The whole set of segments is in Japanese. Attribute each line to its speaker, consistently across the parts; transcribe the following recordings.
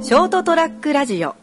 Speaker 1: ショートトラックラジオ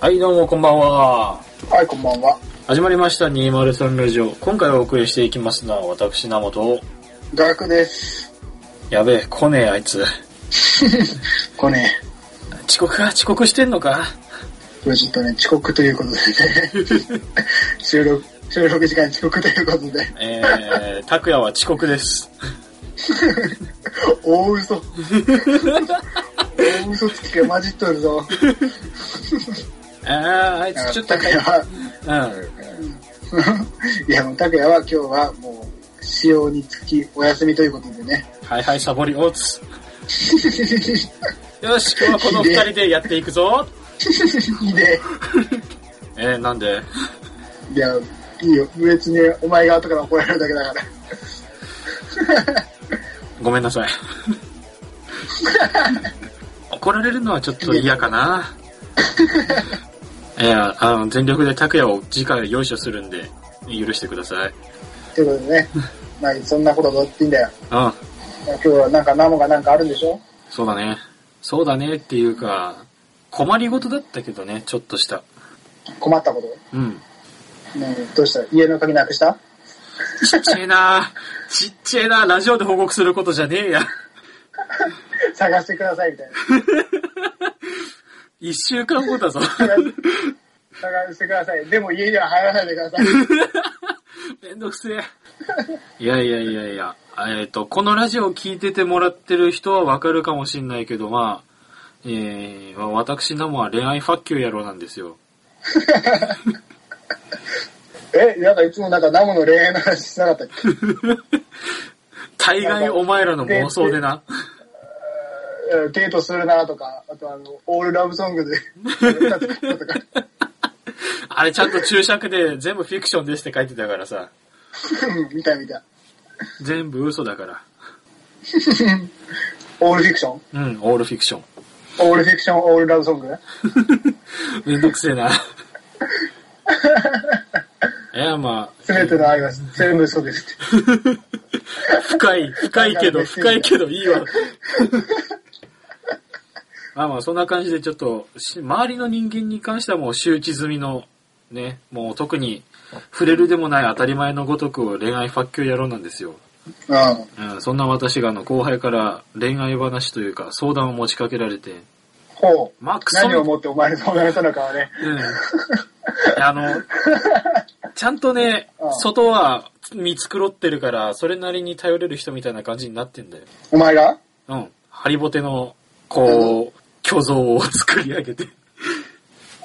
Speaker 2: はい、どうもこんばんは。
Speaker 3: はい、こんばんは。
Speaker 2: 始まりました203ラジオ。今回お送りしていきますのは私、名本。
Speaker 3: ガラクです。
Speaker 2: やべえ、来ねえ、あいつ。
Speaker 3: これね、
Speaker 2: 遅刻か遅刻してんのか
Speaker 3: これちょっとね、遅刻とい うことでね。収録、収録時間遅刻ということで。
Speaker 2: えー、拓也は遅刻です。
Speaker 3: 大嘘。大嘘つきが混じっとるぞ。
Speaker 2: あー、あいつちょっと
Speaker 3: あの拓也は、
Speaker 2: うん。
Speaker 3: いや、もう拓也は今日はもう、使用につきお休みということでね。
Speaker 2: はいはい、サボりおつ。よし、今日はこの二人でやっていくぞ。
Speaker 3: で、
Speaker 2: えー、なんで
Speaker 3: いや、いいよ。別にお前が後から怒られるだけだから。
Speaker 2: ごめんなさい。怒られるのはちょっと嫌かな。いや、あの、全力で拓也を次回用意するんで、許してください。
Speaker 3: ということでね。まあ、そんなことどうだっていいんだよ。
Speaker 2: うん、
Speaker 3: 今日はなんかナモがなんかあるんでしょ
Speaker 2: そうだね。そうだねっていうか、困りごとだったけどね、ちょっとした。
Speaker 3: 困ったこと。
Speaker 2: うん。
Speaker 3: うん、どうした家の鍵なくした
Speaker 2: ちっちゃいなちっちゃいなラジオで報告することじゃねえや。
Speaker 3: 探してくださいみたいな。
Speaker 2: 一週間後だぞ。
Speaker 3: 探してください。でも家には入らないでください。
Speaker 2: めんどくせえ。いやいやいやいや、えっ、と、このラジオを聞いててもらってる人はわかるかもしんないけど、まあ、えー、まあ私どもは恋愛ファッキュー野郎なんですよ。
Speaker 3: え、なんかいつもなんかナムの恋愛の話しなかったっけ
Speaker 2: 大概お前らの妄想でな。
Speaker 3: えデートするなとか、あとあの、オールラブソングで 歌作ったとか。
Speaker 2: あれちゃんと注釈で全部フィクションですって書いてたからさ。
Speaker 3: うん見た見た。
Speaker 2: 全部嘘だから。
Speaker 3: オールフィクション
Speaker 2: うん、オールフィクション。
Speaker 3: オールフィクション、オールラブソング
Speaker 2: めんどくせえ な。いや、まあ、
Speaker 3: すべての愛は全部嘘ですって。
Speaker 2: 深い、深いけど、深いけどいいわ。まあまあ、そんな感じでちょっと、し周りの人間に関してはもう周知済みの、ね、もう特に触れるでもない当たり前のごとく恋愛ファッキュー野郎なんですよ。
Speaker 3: うん。
Speaker 2: うん、そんな私があの後輩から恋愛話というか相談を持ちかけられて、
Speaker 3: ほう。
Speaker 2: まあクソみ
Speaker 3: 何を持ってお前に相談したのかはね。
Speaker 2: うん。あの、ちゃんと ね
Speaker 3: う、ん
Speaker 2: 外は見繕ってるから、それなりに頼れる人みたいな感じになってんだよ。
Speaker 3: お前が
Speaker 2: うん。ハリボテの、こう、巨像を作り上げて。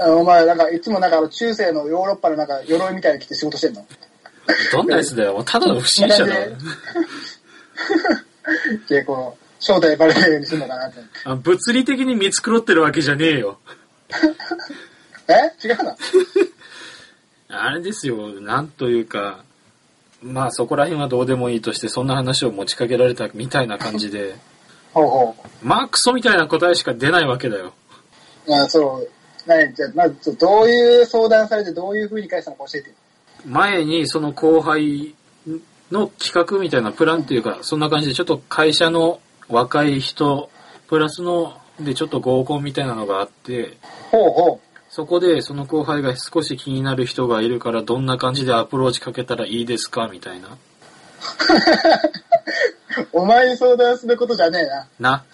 Speaker 3: あのお前なんかいつもなんかあの中世のヨーロッパのなんか鎧みたいに着て仕事してんの
Speaker 2: どんなやつだよ。もう ただの不審者だよ。
Speaker 3: で、こう、正体バレないようにするのかなって。
Speaker 2: あ物理的に見繕ってるわけじゃねえよ。
Speaker 3: え違うな。
Speaker 2: あれですよ、なんというか、まあそこら辺はどうでもいいとして、そんな話を持ちかけられたみたいな感じ で、
Speaker 3: ほうほ
Speaker 2: まあクソみたいな答えしか出ないわけだよ。
Speaker 3: う。あそう。ないじゃあ、まず、ちょっとどういう相談されて、どういう風に返したのか教えてよ。
Speaker 2: 前にその後輩の企画みたいなプランっていうか、そんな感じでちょっと会社の若い人、プラスの、でちょっと合コンみたいなのがあって、
Speaker 3: ほうほ
Speaker 2: そこでその後輩が少し気になる人がいるからどんな感じでアプローチかけたらいいですかみたいな。
Speaker 3: う。お前に相談することじゃねえな。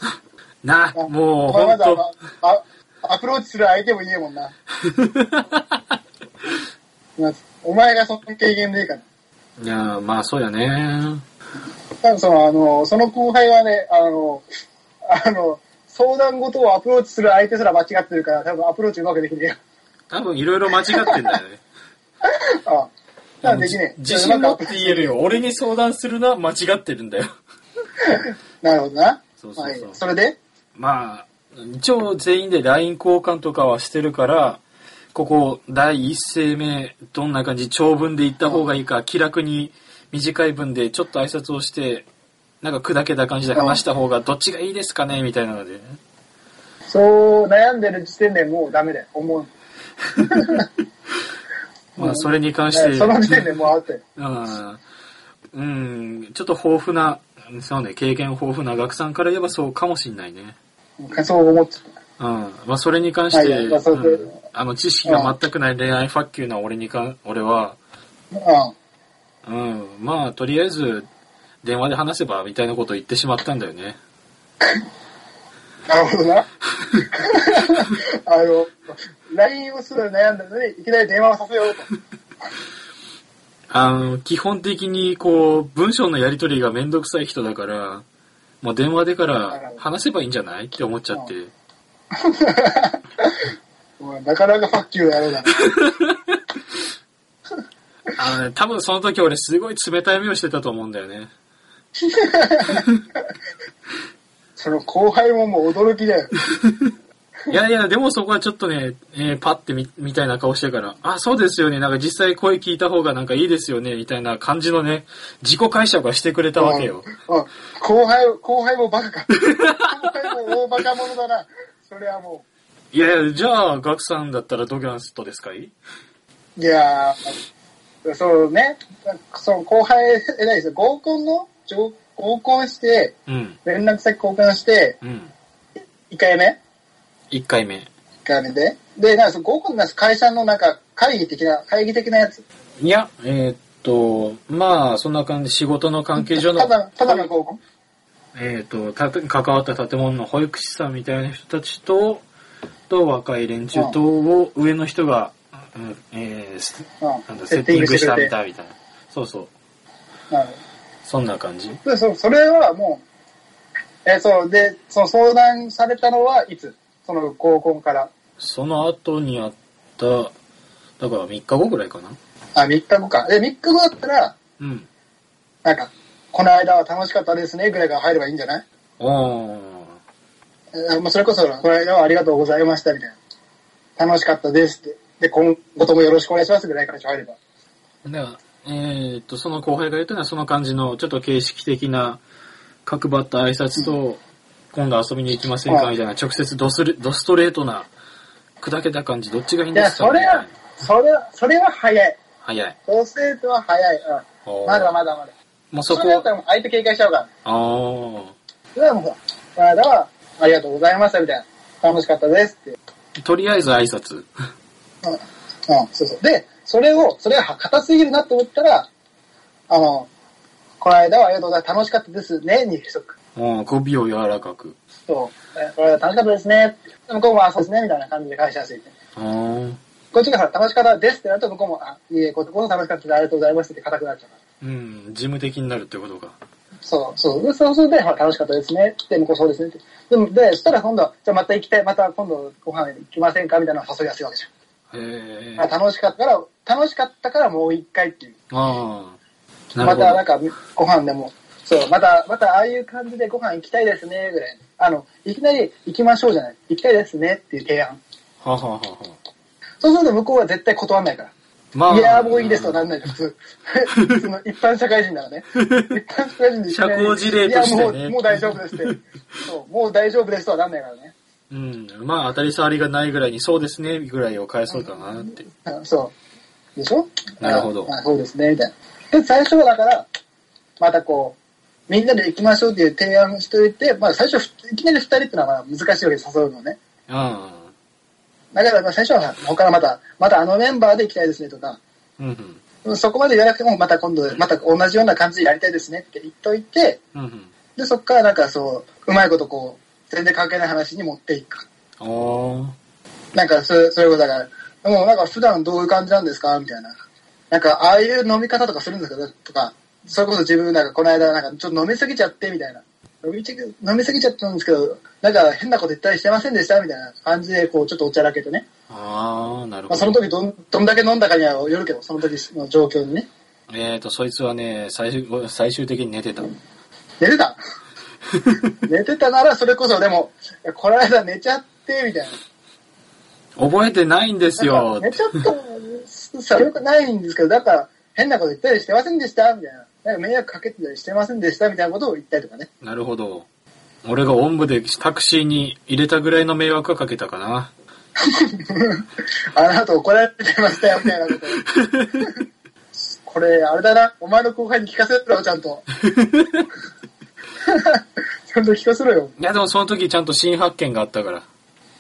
Speaker 2: な。 な、もう
Speaker 3: お前
Speaker 2: 本
Speaker 3: まだあ
Speaker 2: 当
Speaker 3: のあ、アプローチする相手もいねえもんな。まずお前がその経験ねえから。
Speaker 2: いや、まあそうやね。
Speaker 3: 多分その、あの、その後輩はね、あの、あの、相談事をアプローチする相手すら間違ってるから、多分アプローチうまくできねえよ。
Speaker 2: 多分いろいろ間違ってんだ よね。
Speaker 3: ああ、できねえ。
Speaker 2: 自信持って
Speaker 3: うまく
Speaker 2: 言えるよ。俺に相談するのは間違ってるんだよ。
Speaker 3: なるほどな。
Speaker 2: そうそうそう
Speaker 3: はい、それで
Speaker 2: まあ、一応全員で LINE 交換とかはしてるから、ここ、第一声目、どんな感じ、長文で言った方がいいか、気楽に短い文でちょっと挨拶をして、なんか砕けた感じで話した方が、どっちがいいですかねみたいなのでね。
Speaker 3: そう悩んでる時点でもうダメだよ、思う。
Speaker 2: まあ、それに関して、
Speaker 3: ねその時点でもうアウトよ。
Speaker 2: あーうん、ちょっと豊富な、そうね、経験豊富な学さんから言えばそうかもしんないね。
Speaker 3: そう思っちゃった。
Speaker 2: うん。まあ、それに関して、
Speaker 3: はいまあそう
Speaker 2: うんあの、知識が全くない恋愛ファッキューな俺にか、俺は、
Speaker 3: うん。
Speaker 2: うん、まあ、とりあえず、電話で話せば、みたいなことを言ってしまったんだよね。
Speaker 3: なるほ どな。あの、LINE をするのに悩んだのに、いきなり電話をさせようと。
Speaker 2: あの、基本的に、こう、文章のやりとりがめんどくさい人だから、もう電話でから話せばいいんじゃないって思っちゃって。
Speaker 3: お前なかなかファッキューやるな。
Speaker 2: あのね、多分その時俺すごい冷たい目をしてたと思うんだよね。
Speaker 3: その後輩ももう驚きだよ。
Speaker 2: いやいや、でもそこはちょっとね、えーパッてみ、みたいな顔してから、あ、そうですよね、なんか実際声聞いた方がなんかいいですよね、みたいな感じのね、自己解釈はしてくれたわけよ。
Speaker 3: うん。後輩、後輩もバカか。後輩も大バカ者だな。それはも
Speaker 2: いやいや、じゃあ、ガクさんだったらドギャンストですか
Speaker 3: う。いやー、そうね。その後輩、えないですよ。合コンのちょ合コンして、
Speaker 2: うん。
Speaker 3: 連絡先交換して、
Speaker 2: うん。
Speaker 3: 1回目
Speaker 2: 1回目。
Speaker 3: 1回目で。で、なんかその合コンなんか会社のなんか会議的な、会議的なやつ。
Speaker 2: いや、えーっと、まあ、そんな感じ、仕事の関係上の
Speaker 3: た、だ、ただの合コン
Speaker 2: えーっと、たと、関わった建物の保育士さんみたいな人たちと、と、若い連中と、を上の人が、うん、えーすな
Speaker 3: うんん
Speaker 2: だ、セッティングしたみ
Speaker 3: い。
Speaker 2: たいみたいな。そうそう。
Speaker 3: うん
Speaker 2: そんな感じ。
Speaker 3: でそそれはもう、え、そう、で、その相談されたのはいつその合コンから。
Speaker 2: その後にあった、だから3日後ぐらいかな。
Speaker 3: あ、3日後か。で、3日後だったら、
Speaker 2: うん。
Speaker 3: なんか、この間は楽しかったですね、ぐらいから入ればいいんじゃない
Speaker 2: おー。
Speaker 3: えーまあ、それこそ、この間はありがとうございました、みたいな。楽しかったですって。で、今後ともよろしくお願いします、ぐらいから入れば。
Speaker 2: だから、えーっと、その後輩が言ったのはその感じの、ちょっと形式的な、角張った挨拶と、今度遊びに行きませんか
Speaker 3: はい
Speaker 2: みたいな、直接ドスレドストレートな、砕けた感じ、どっちがいいん
Speaker 3: い
Speaker 2: で
Speaker 3: や、
Speaker 2: すか
Speaker 3: それ
Speaker 2: みたい
Speaker 3: は
Speaker 2: な、
Speaker 3: それは、それは早い。
Speaker 2: 早い。
Speaker 3: 同性とは早い。う
Speaker 2: お
Speaker 3: ん。
Speaker 2: ー
Speaker 3: まだまだまだ。
Speaker 2: もうそ
Speaker 3: そ
Speaker 2: こ
Speaker 3: れだったらもう相手警戒しちゃうから。
Speaker 2: あー。
Speaker 3: それはもうさ、この間はありがとうございました、みたいな。楽しかったですって。
Speaker 2: とりあえず挨拶。
Speaker 3: うん、うん、そうそう。で、それを、それが硬すぎるなと思ったら、あの、この間はありがとうございます。楽しかったですね、にしとく。
Speaker 2: うん、語尾を柔らかく。
Speaker 3: そう。えこれは楽しかったですね。向こうも、あ、そうですね、みたいな感じで返しやすい。
Speaker 2: あー。
Speaker 3: こっちがさ、楽しかったですってなると、向こうも、あ、いいえ、こっちこそ楽しかったです。ありがとうございますって硬くなっちゃうから。
Speaker 2: うん、事務的になるってことか。
Speaker 3: そう、そう。で、そうすると、ほら、楽しかったですね。で、向こうそうですねって。でも、で、そしたら今度は、じゃあまた行きたい、また今度ご飯行きませんかみたいなのを誘いやすいわけじ
Speaker 2: へ
Speaker 3: ゃん。
Speaker 2: ー。
Speaker 3: あ楽しかったから、楽しかったからもう一回っていう。
Speaker 2: ああ。なる
Speaker 3: ま
Speaker 2: ほど。
Speaker 3: たなんか、ご飯でも、そう、また、またああいう感じでご飯行きたいですね、ぐらい。あの、いきなり行きましょうじゃない。行きたいですねっていう提案。
Speaker 2: はははは
Speaker 3: そうすると向こうは絶対断んないから。
Speaker 2: ま
Speaker 3: いやーもういいですとはなんないじゃん、普 通。普通の一般社会人ならね。一般社会人にいきなり
Speaker 2: 社交辞令としてね
Speaker 3: いや、もう、もう大丈夫ですって。そう、もう大丈夫ですとはなんないからね。
Speaker 2: うん。まあ、当たり障りがないぐらいに、そうですね、ぐらいを返そうかなって。
Speaker 3: あそう。でしょ
Speaker 2: なるほど
Speaker 3: ああそうですね、みたいな。で、最初はだから、またこう、みんなで行きましょうっていう提案しておいて、まあ最初、いきなり二人ってのはまあ難しいわけで誘うのね。
Speaker 2: あ
Speaker 3: だからまあ最初は他のまた、またあのメンバーで行きたいですねとか、
Speaker 2: あ。うんうん。
Speaker 3: そこまで言わなくてもまた今度、また同じような感じでやりたいですねって言っといて、
Speaker 2: うんうん。
Speaker 3: で、そこからなんかそう、うまいことこう、全然関係ない話に持っていく。
Speaker 2: おー。
Speaker 3: なんかそ、そういうことだから、もうなんか普段どういう感じなんですかみたいな。なんか、ああいう飲み方とかするんですかとか、それこそ自分なんかこの間なんかちょっと飲みすぎちゃってみたいな。飲みちぎ飲みすぎちゃったんですけど、なんか変なこと言ったりしてませんでしたみたいな感じで、こうちょっとおちゃらけてね。
Speaker 2: ああ、なる
Speaker 3: ま
Speaker 2: ほ
Speaker 3: あその
Speaker 2: ど。
Speaker 3: 時どん、どんだけ飲んだかにはよるけど、その時の状況にね。
Speaker 2: えーと、そいつはね、最終、最終的に寝てた。
Speaker 3: 寝てた寝てたならそれこそでも、この間寝ちゃって、みたいな。
Speaker 2: 覚えてないんですよ。
Speaker 3: ね、ちょっと、さ、よくないんですけど、なんか、変なこと言ったりしてませんでしたみたいな。なんか迷惑かけてたりしてませんでしたみたいなことを言ったりとかね。
Speaker 2: なるほど。俺がおんぶでタクシーに入れたぐらいの迷惑はかけたかな。
Speaker 3: あなた怒られちゃいましたよ、みたいなこと。これ、あれだな。お前の後輩に聞かせろよ、ちゃんと。 ちゃんと聞かせろよ。
Speaker 2: いや、でもその時ちゃんと新発見があったから。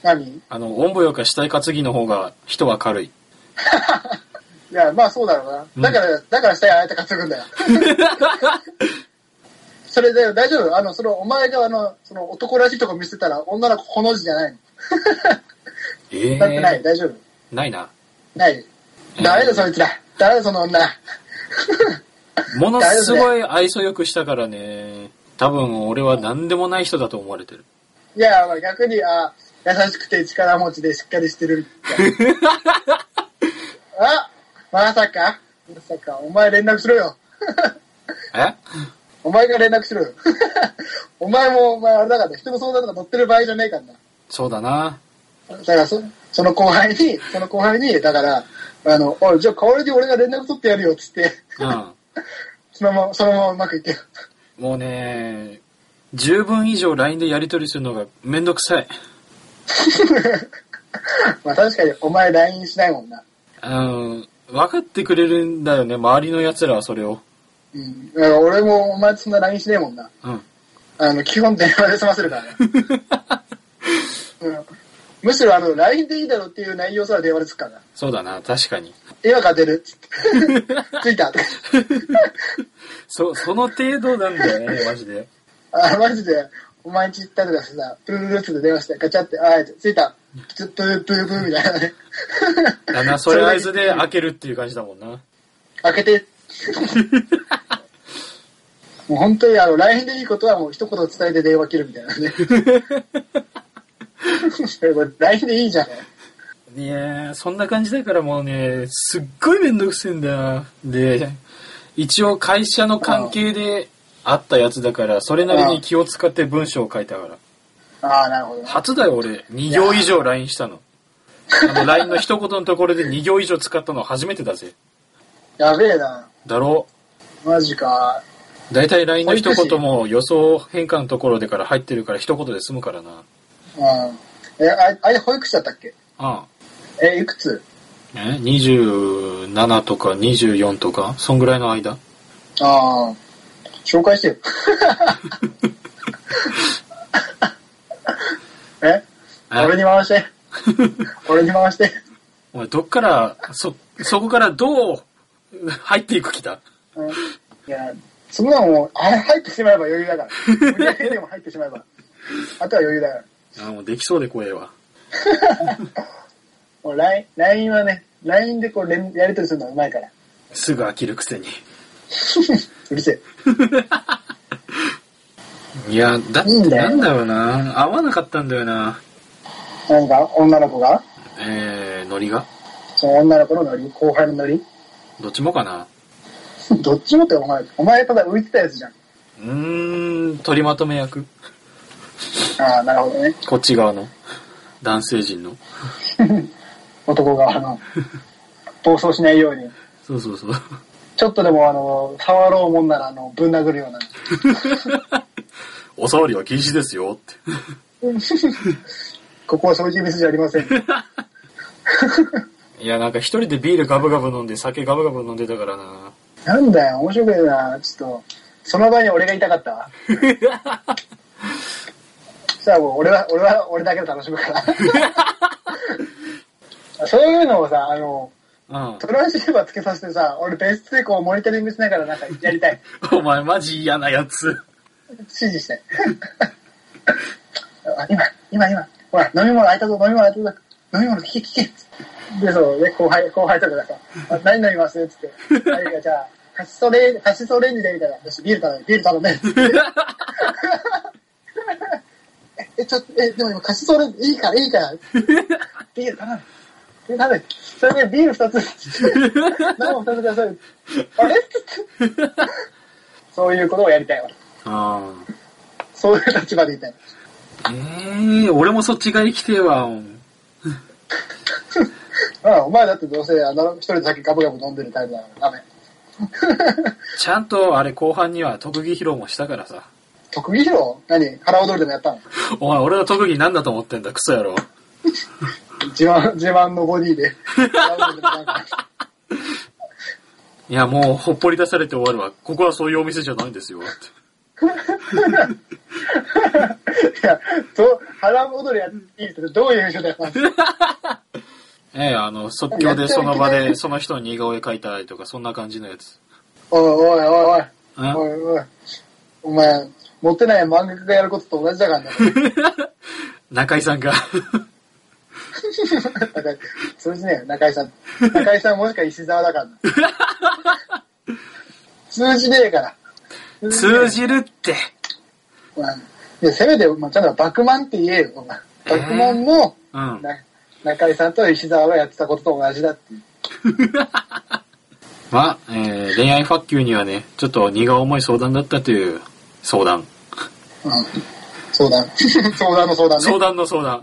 Speaker 3: 何い
Speaker 2: あの、おんぶよりか死体担ぎの方が人は軽い。
Speaker 3: や、まあそうだろうな。だから、だから下にあえて担ぐんだよ。それで、大丈夫あの、その、お前があの、その男らしいとこ見せたら、女の子この字じゃないの。
Speaker 2: ええ
Speaker 3: なってない、大丈夫
Speaker 2: ないな。
Speaker 3: ない。誰だ、そいつら。誰だ、その女。
Speaker 2: ものすごい愛想よくしたからね。多分俺は何でもない人だと思われてる。
Speaker 3: いや、まあ逆に、あ優しくて力持ちでしっかりしてるみたいな。あまさかまさか、お前連絡しろよ。
Speaker 2: え
Speaker 3: お前が連絡しろよ。 お前も、お前あれだからな人の相談とか乗ってる場合じゃねえからな。
Speaker 2: そうだな。
Speaker 3: だからそ、その後輩に、その後輩に、だから、あの、おい、じゃあ代わりに俺が連絡取ってやるよ、つって、
Speaker 2: うん。
Speaker 3: そのまま、そのままうまくいってよ。
Speaker 2: もうね、十分以上 LINE でやり取りするのがめんどくさい。
Speaker 3: まあ確かに、お前 LINE しないもんな。
Speaker 2: うん。分かってくれるんだよね、周りの奴らはそれを。
Speaker 3: うん。だから俺も、お前そんな LINE しないもんな。
Speaker 2: うん。
Speaker 3: あの、基本電話で済ませ るからね。うん、むしろ、あの、LINE でいいだろうっていう内容すら電話でつくからな。
Speaker 2: そうだな、確かに。
Speaker 3: 今から 出るっつって。着いたとか。
Speaker 2: そ、その程度なんだよね、マジで。
Speaker 3: あ、マジで、お前んち行ったとかしてさ、プルルルって電話して、ガチャって、あー、着いた。プツップルプルプルみたいなね。
Speaker 2: だな、それ合図で開けるっていう感じだもんな。
Speaker 3: 開けて。 もう本当にあの、LINE でいいことはもう一言伝えて電話切るみたいなね。 それこれ LINE でいいじゃん。
Speaker 2: いやー、そんな感じだからもうね、すっごいめんどくせえんだよ。で、一応会社の関係であったやつだから、それなりに気を使って文章を書いたから。
Speaker 3: ああ、なるほど。
Speaker 2: 初だよ、俺。2行以上 LINE したの。あの、LINE の一言のところで2行以上使ったの初めてだぜ。
Speaker 3: やべえな。
Speaker 2: だろ
Speaker 3: マジか。
Speaker 2: う。だいたい LINE の一言も予想変換のところでから入ってるから一言で済むからな。
Speaker 3: うん。え、ああれ保育士だったっけ
Speaker 2: ああ。
Speaker 3: え、いくつ
Speaker 2: え ?27 とか24とかそんぐらいの間
Speaker 3: ああ、紹介してよ。 え
Speaker 2: え
Speaker 3: 俺に回して。俺に回して。
Speaker 2: お前、どっから、そ、そこからどう、入っていく気だ
Speaker 3: うんいや、そんなのもう、あれ入ってしまえば余裕だから。無理やりでも入ってしまえば。あとは余裕だから。
Speaker 2: あもうできそうで怖えわ。
Speaker 3: もう LINE LINE はね、LINE でこう連やりとりするのはうまいから。
Speaker 2: すぐ飽きるくせに。
Speaker 3: うるせえ。
Speaker 2: いや、だって
Speaker 3: いいんだよ
Speaker 2: なんだろうな。合わなかったんだよな。
Speaker 3: なんか、女の子が
Speaker 2: えー、ノリが
Speaker 3: その女の子のノリ後輩のノリ
Speaker 2: どっちもかな。
Speaker 3: どっちもってお前、お前ただ浮いてたやつじゃん。
Speaker 2: うーん、取りまとめ役
Speaker 3: ああ、なるほどね。
Speaker 2: こっち側の。 男性陣の。
Speaker 3: 男が、あの、暴走しないように。
Speaker 2: そうそう そう。
Speaker 3: ちょっとでも、あの、触ろうもんなら、あの、ぶん殴るような。
Speaker 2: お触りは禁止ですよって。
Speaker 3: ここはそういう店じゃありません。
Speaker 2: いや、なんか一人でビールガブガブ飲んで、酒ガブガブ飲んでたから な。
Speaker 3: なんだよ、面白くないな。ちょっと、その場に俺がいたかったわ。さあ、もう俺は、俺は、俺だけで楽しむから。そういうのをさ、あの、
Speaker 2: うん
Speaker 3: ト。ランシーバーつけさせてさ、俺別室でこうモニタリングしながらなんかやりたい。
Speaker 2: お前マジ嫌なやつ。
Speaker 3: 指示して。 あ今、今、今。ほら、飲み物開いたぞ、飲み物開いたぞ。飲み物聞け、聞け。で、そう、で、後輩、後輩とかがさ、あ何飲みますつって。あいやじゃあ、カシソレン、カシソレンジでみたいな。よし、ビール頼め、ビール頼め。え、ちょっと、え、でも今、カシソレンジ、いいから、いいから。ビール頼む。ビール頼む。それでビール二つ。何も二つください。あれ つって。そういうことをやりたいわ。
Speaker 2: ああ。
Speaker 3: そういう立場でいたい。
Speaker 2: ええ俺もそっち側行きてえわ。
Speaker 3: あお前だってどうせあの一人で酒ガブガブ飲んでるタイプだからダメ。
Speaker 2: ちゃんとあれ後半には特技披露もしたからさ。
Speaker 3: 特技披露何腹踊りでもやったの
Speaker 2: お前俺の特技なんだと思ってんだ、クソ野郎。
Speaker 3: 自慢、自慢のボディで。腹踊りでもなんか
Speaker 2: いや、もうほっぽり出されて終わるわ。ここはそういうお店じゃないんですよ。って
Speaker 3: いや、ど腹踊りやっていいってどういう人だよ。
Speaker 2: ええ、あの、即興でその場でその人の似顔絵描いたりとか、そんな感じのやつ。
Speaker 3: おいおいおいおい。
Speaker 2: う
Speaker 3: お
Speaker 2: ん
Speaker 3: いおい。お前、持ってない漫画家がやることと同じだからな。
Speaker 2: 中井さんが。
Speaker 3: だからそれじゃねえよ、中井さん。中井さんもしか石沢だからな。通じねえから。じねえ
Speaker 2: 通じるって。
Speaker 3: お前いや、せめて、お前ちゃんとバクマンって言えよ、お前。バクマンも、
Speaker 2: うん。
Speaker 3: な中井さんと石沢がやってたことと同じだっていう。
Speaker 2: まあ、えー恋愛ファッキューにはね、ちょっと荷が重い相談だったという相談。
Speaker 3: うん。相談。 相談の相談ね。
Speaker 2: 相談の相談。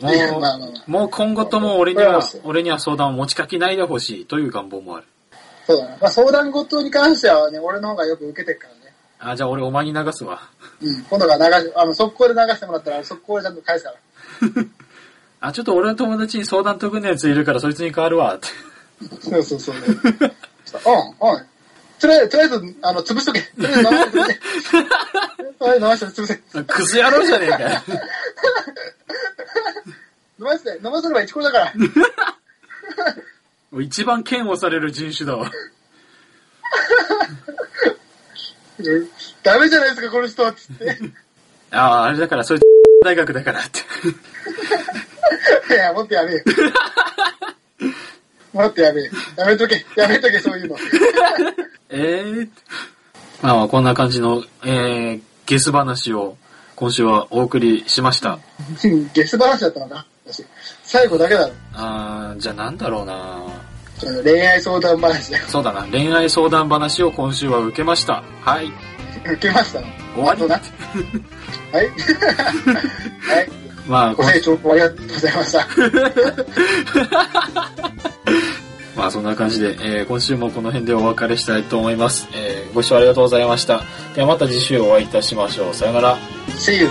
Speaker 2: も
Speaker 3: いやまあまあま
Speaker 2: う、もう今後とも俺に
Speaker 3: これは
Speaker 2: は
Speaker 3: そう、
Speaker 2: 俺には相談を持ちかけないでほしいという願望もある。
Speaker 3: そうだな。まあ、相談事に関してはね、俺の方がよく受けてるからね。
Speaker 2: あ、じゃあ俺お前に流すわ。
Speaker 3: うん。今度から流し、あの、速攻で流してもらったら、速攻でちゃんと返すから。
Speaker 2: あ、ちょっと俺の友達に相談得のやついるからそいつに変わる わって。
Speaker 3: そうそうそう。うん、うん。とりあえず、とりあえず、あの、潰しとけ。とりあえず飲ませて潰せ、とりあえず飲ませて潰せ。
Speaker 2: クズ野郎じゃねえ かよ。
Speaker 3: 飲ませて、飲ませれば一コロだから。
Speaker 2: もう一番嫌悪される人種だわ。
Speaker 3: ダメじゃないですか、この人は、つって。
Speaker 2: ああ、あれだから、そいつ、大学だからって。
Speaker 3: いや、もっとやべえよ。 もっとやべえ。やめとけ、やめとけ、そういうの。
Speaker 2: ええまあまあ、こんな感じの、えー、ゲス話を今週はお送りしました。
Speaker 3: ゲス話だったのか私。最後だけだろ。
Speaker 2: あーじゃあなんだろうな
Speaker 3: あの恋愛相談話だよ。
Speaker 2: そうだな、恋愛相談話を今週は受けました。はい、
Speaker 3: 受けましたの。
Speaker 2: 終わり
Speaker 3: あとな。 はい。はい。
Speaker 2: まあ、
Speaker 3: ご
Speaker 2: こん
Speaker 3: 清聴ありがとうございました。
Speaker 2: まあそんな感じで、えー今週もこの辺でお別れしたいと思います。えーご視聴ありがとうございました。ではまた次週お会いいたしましょう。さよなら。
Speaker 3: See you.